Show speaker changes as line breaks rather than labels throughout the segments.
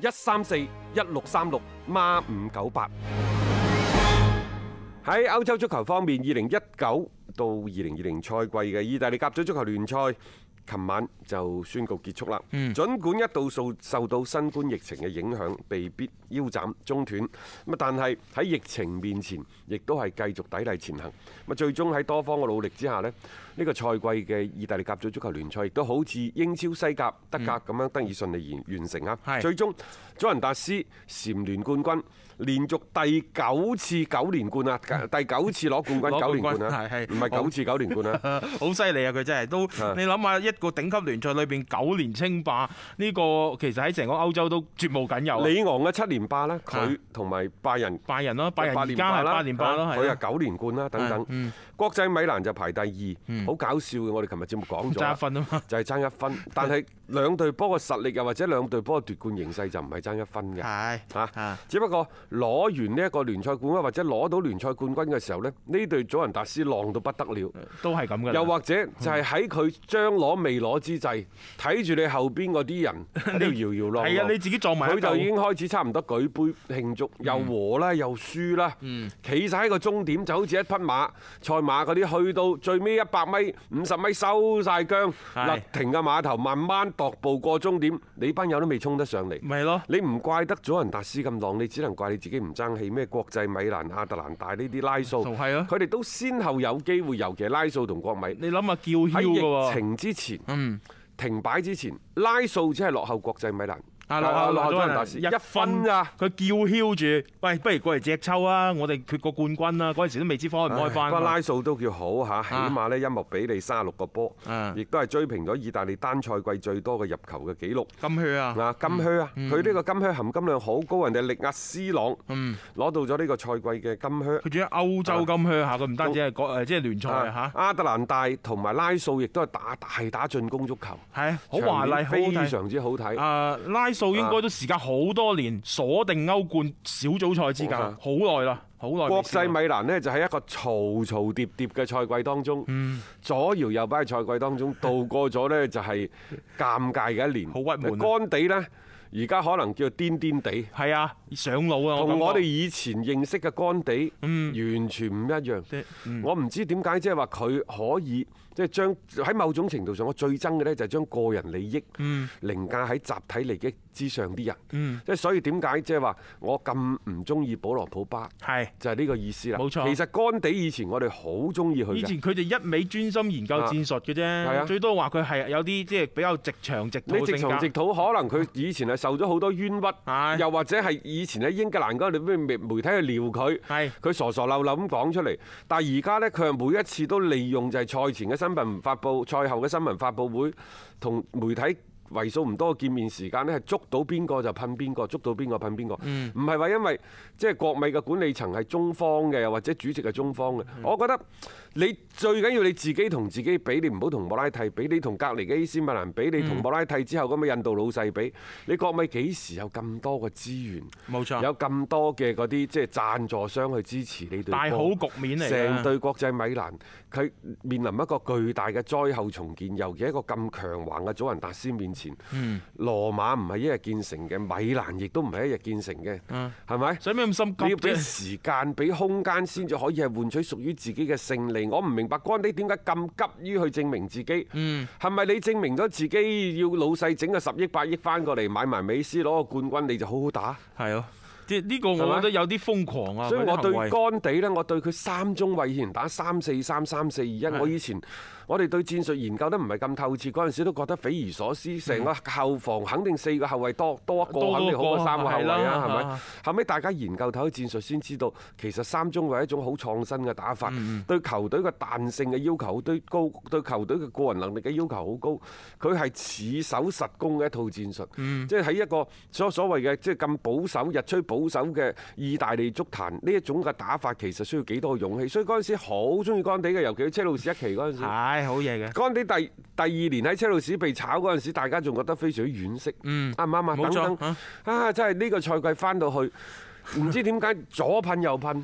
一三四一六三六孖五九八。喺歐洲足球方面，二零一九到二零二零賽季嘅意大利甲組足球聯賽，琴晚就宣告結束啦。
嗯
儘管一度受受到新冠疫情嘅影響，被必腰斬中斷，咁啊但係喺疫情面前，亦都係繼續砥礪前行。咁啊，最終喺多方嘅努力之下呢，呢個賽季嘅意大利甲組足球聯賽亦都好似英超、西甲、德甲咁樣得以順利完完成啊！
係
最終，祖雲達斯蟬聯冠軍，連續第九次九連冠啊！第九次攞冠軍
嗯攞
九連
冠軍
冠啊！
係係
唔係九次九連冠 啊！
好犀利啊！佢真係都，
係
你諗下一個頂級聯賽裏邊九連稱霸，呢、個其實喺成個歐洲都絕無僅有啊。
里昂嘅七連霸啦，佢同埋拜仁
拜仁咯，拜仁
八
而
連
家
霸
係
啦，
八連霸咯，
啊
係
佢
啦
係九連冠啦，等
係
等
嗯。
國際米蘭就排第二，
嗯
好搞笑嘅。我哋琴日節目講咗
爭一
啦，
分啊 嘛。
就係爭一分，但係兩隊波嘅實力又或者兩隊波嘅奪冠形勢就唔係爭一分嘅。
係
嚇
啊，
只不過攞完呢一個聯賽冠軍或者攞到聯賽冠軍嘅時候呢，呢隊祖雲達斯浪到不得了。
都係咁噶啦。
又或者就係喺佢將攞未攞之際，睇住你後邊嗰啲 人喺度搖搖浪
係啊，
浪，
你自己撞埋一嗯
佢就已
嚿
經開始差唔多舉杯慶祝，又和啦，又輸啦，
嗯
企晒喺個終點就好似一匹馬賽馬嗰啲，去到最尾一百米、五十米收晒姜，
係
勒停嘅碼頭慢慢踱步過終點，你班友都未衝得上嚟。
咪咯。
你唔怪得祖雲達斯咁浪，你只能怪你自己唔爭氣。咩國際米蘭、亞特蘭大呢啲拉數，
就係咯
佢哋都先後有機會，尤其係拉數同國米
你諗下叫
喺
囂
疫
嘅喎，
情之前
嗯，
停擺之前，拉數只係落後國際米蘭，
啊落後
祖
落
雲
咗
達
人
斯
一
一分
分
㗎。
佢叫囂住，喂，不如過嚟隻抽啊！我哋決個冠軍啦，嗰陣時都未知開唔開
唉
翻
不。過拉數都叫好嚇，起碼呢，音樂比利三十六個波
啊，
亦都係追平咗意大利單賽季最多嘅入球嘅紀錄。
咁血啊！
啊，金靴啊，佢呢個金靴含金量好高，人哋力壓斯朗，攞到咗呢個賽季嘅金靴。
佢仲喺歐洲咁去下，佢唔單止係國誒，即係聯賽
啊
啊
亞特蘭大同埋拉素亦都係打大打進攻足球，
嚇，係好華
場
麗，
面
好好睇
非常之好睇。
啊，拉素應該都時隔好多年鎖定歐冠小組賽資格，
啊
好耐啦，好耐未試過。
國際米蘭呢，就喺一個嘈嘈疊疊嘅賽季當中，
嗯
左搖右擺嘅賽季當中度過咗呢，就係尷尬嘅一年，
好鬱悶啊
乾地呢，而家可能叫癲癲地，
係啊，上路啊！
同
感覺
我哋以前認識嘅乾地完全唔一樣。
嗯即嗯
我唔知點解，即係話佢可以即係將喺某種程度上，我最憎嘅呢就係將個人利益
嗯
凌駕喺集體利益之上啲人。即係所以點解即係話我咁唔中意保羅普巴，
係
就係呢個意思啦。
冇錯
其實乾地以前我哋好中意佢
以
嘅。
前佢哋一味專心研究戰術嘅
啊
啫，最多話佢係有啲即係比較直腸直肚
你
嘅
直
性
腸直
格。
肚，可能佢以前係受咗好多冤屈，
係
又或者係以前喺英格蘭嗰度俾媒媒體去撩佢，
係
佢傻傻漏漏咁講出嚟。但係而家呢，佢係每一次都利用就係賽前嘅新聞發布、賽後嘅新聞發布會，同媒體。為數唔多嘅見面時間呢，係捉到邊個就噴邊個，捉到邊個噴邊個，唔係話因為即係國米嘅管理層係中方嘅，又或者主席係中方嘅。我覺得你最緊要你自己同自己比，你唔好同莫拉蒂比，你同隔離嘅 AC 米蘭比，你同莫拉蒂之後咁嘅印度老細比，你國米幾時有咁多嘅資源？
冇錯，
有咁多嘅嗰啲即係贊助商去支持你隊波
大好局面嚟㗎
成隊國際米蘭佢面臨一個巨大嘅災後重建，尤其一個咁強橫嘅祖雲達斯面前，
嗯
羅馬唔係一日建成嘅，米蘭亦都唔係一日建成嘅，係咪？
使嗯咩咁心急
你要俾
啫？
時間、俾空間先至可以係換取屬於自己嘅勝利。我唔明白乾地點解咁急於去證明自己。嗯，係咪你證明咗自己要老細整個十億八億翻過嚟買埋美斯攞個冠軍，你就好好打？
係咯，即係呢個我覺得有啲瘋狂啊！
所以
佢啲
我對
行為
乾地呢，我對佢三中衞以前打三四三三四二一，我以前我哋對戰術研究得唔係咁透徹，嗰陣時都覺得匪夷所思。成個後防肯定四個後衞多多一個，
多
肯定好
個
過三個後衞
係
啦，
啦
係咪
啊？
後尾大家研究睇戰術先知道，其實三中衞係一種好創新嘅打法，
嗯
對球隊嘅彈性嘅要求好堆高，對球隊嘅個人能力嘅要求好高。佢係似守實攻嘅一套戰術，
嗯
即係喺一個所所謂嘅即係咁保守、日趨保守嘅意大利足壇呢一種嘅打法，其實需要幾多勇氣。所以嗰陣時好中意干地嘅，尤其佢車路士一期嗰陣時。
唉，好嘢嘅。
干地第第二年喺車路士被炒嗰陣時，大家仲覺得非常之惋惜，
嗯
啱唔啱啊？
冇錯
等等啊，真係呢個賽季翻到去，唔知點解左噴右噴，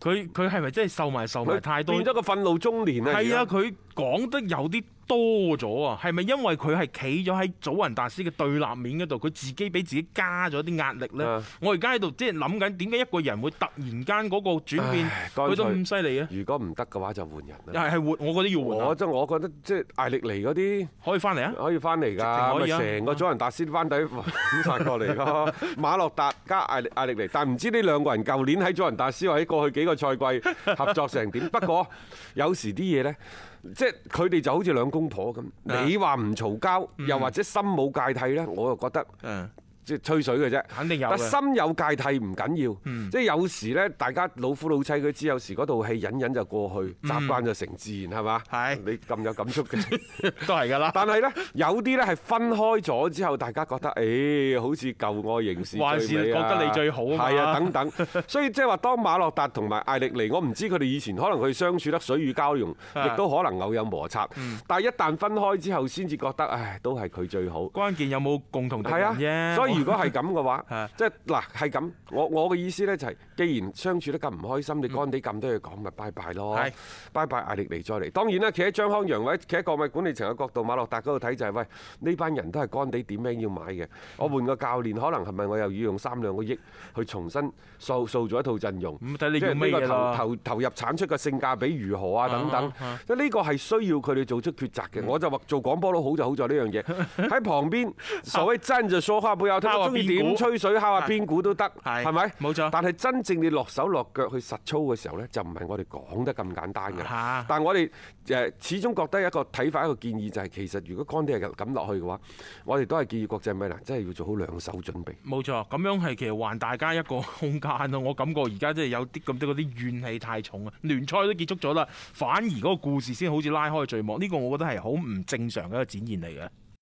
佢佢係咪真係受埋受埋
佢
太多？
變咗個憤怒中年啊！
係啊，
而家，
佢講得有啲多咗啊！係咪因為佢係企咗喺祖雲達斯嘅對立面嗰度，佢自己俾自己加咗啲壓力呢
啊？
我而家喺度即係諗緊點解一個人會突然間嗰個轉變
唉乾
去
脆
到咁犀利啊！
如果唔得嘅話就換人啦。
係係活，我覺得要活
我
啊，
真我覺得即係艾力尼嗰啲。
可以翻嚟啊！
可以翻嚟㗎，咪
直情可以啊
成個祖雲達斯班底揾晒過 嚟咯。馬洛達加艾力艾力尼，但唔知呢兩個人舊年喺祖雲達斯或者過去幾個賽季合作成點？ 不過有時啲嘢呢，即係佢哋就好似兩公婆咁，你話唔嘈交，又或者心冇芥蒂呢，我又覺得
嗯，
即係吹水嘅啫。
肯定有
但
嘅。
心有芥蒂唔緊要，
嗯
即係有時呢，大家老夫老妻佢知，有時嗰套戲忍忍就過去，習慣就成自然係嘛？
嗯係
你咁有感觸 嘅。
都係㗎啦。
但係呢，有啲呢係分開咗之後，大家覺得，誒、好似舊愛仍是
還是
最美啊
覺得你最好啊嘛
係啊，等等。所以即係話，當馬洛達同埋艾力尼，我唔知佢哋以前可能佢相處得水乳交融，
啊嗯
亦都可能偶有摩擦。但係一旦分開之後，先至覺得，唉，都係佢最好。
關鍵有冇共同敵
係
人
啊，
啫？
所以如果 係咁嘅話
係，
即係嗱係咁，我我嘅意思呢就係，既然相處得咁唔開心，你乾地咁多嘢講，咪拜拜咯
係，
拜拜艾力尼再嚟。當然啦，企喺張康陽或者企喺國米管理層嘅角度，馬洛達嗰度睇就係，喂呢班人都係乾地點名要買嘅，我換個教練，可能係咪我又要用三兩個億去重新塑塑造一套陣容？
咁睇你
即
叫
係
咩
呢
嘢
個投
啦？
投投入產出嘅性價比如何啊等等
啊啊，嗯
即係呢個係需要佢哋做出抉擇嘅。我就話做廣播佬好就好在呢樣嘢， 喺旁邊所謂真就梳花背後，
敲
睇
下
我中意
啊邊
點
鼓
吹水敲下邊鼓都得，
係啊
係咪？
冇錯
但係真正你落手落腳去實操嘅時候呢，就唔係我哋講得咁簡單嘅。
嚇
但我哋誒始終覺得一個睇法一個建議就係，其實如果乾地係咁落去嘅話，我哋都係建議國際米蘭真係要做好兩手準備。
冇錯，咁樣係其實還大家一個空間咯。我感覺而家真係有啲咁多嗰啲怨氣太重啊！ 聯賽都結束咗啦，反而嗰個故事先好似拉開序幕，呢個我覺得係好唔正常嘅一個展現嚟嘅。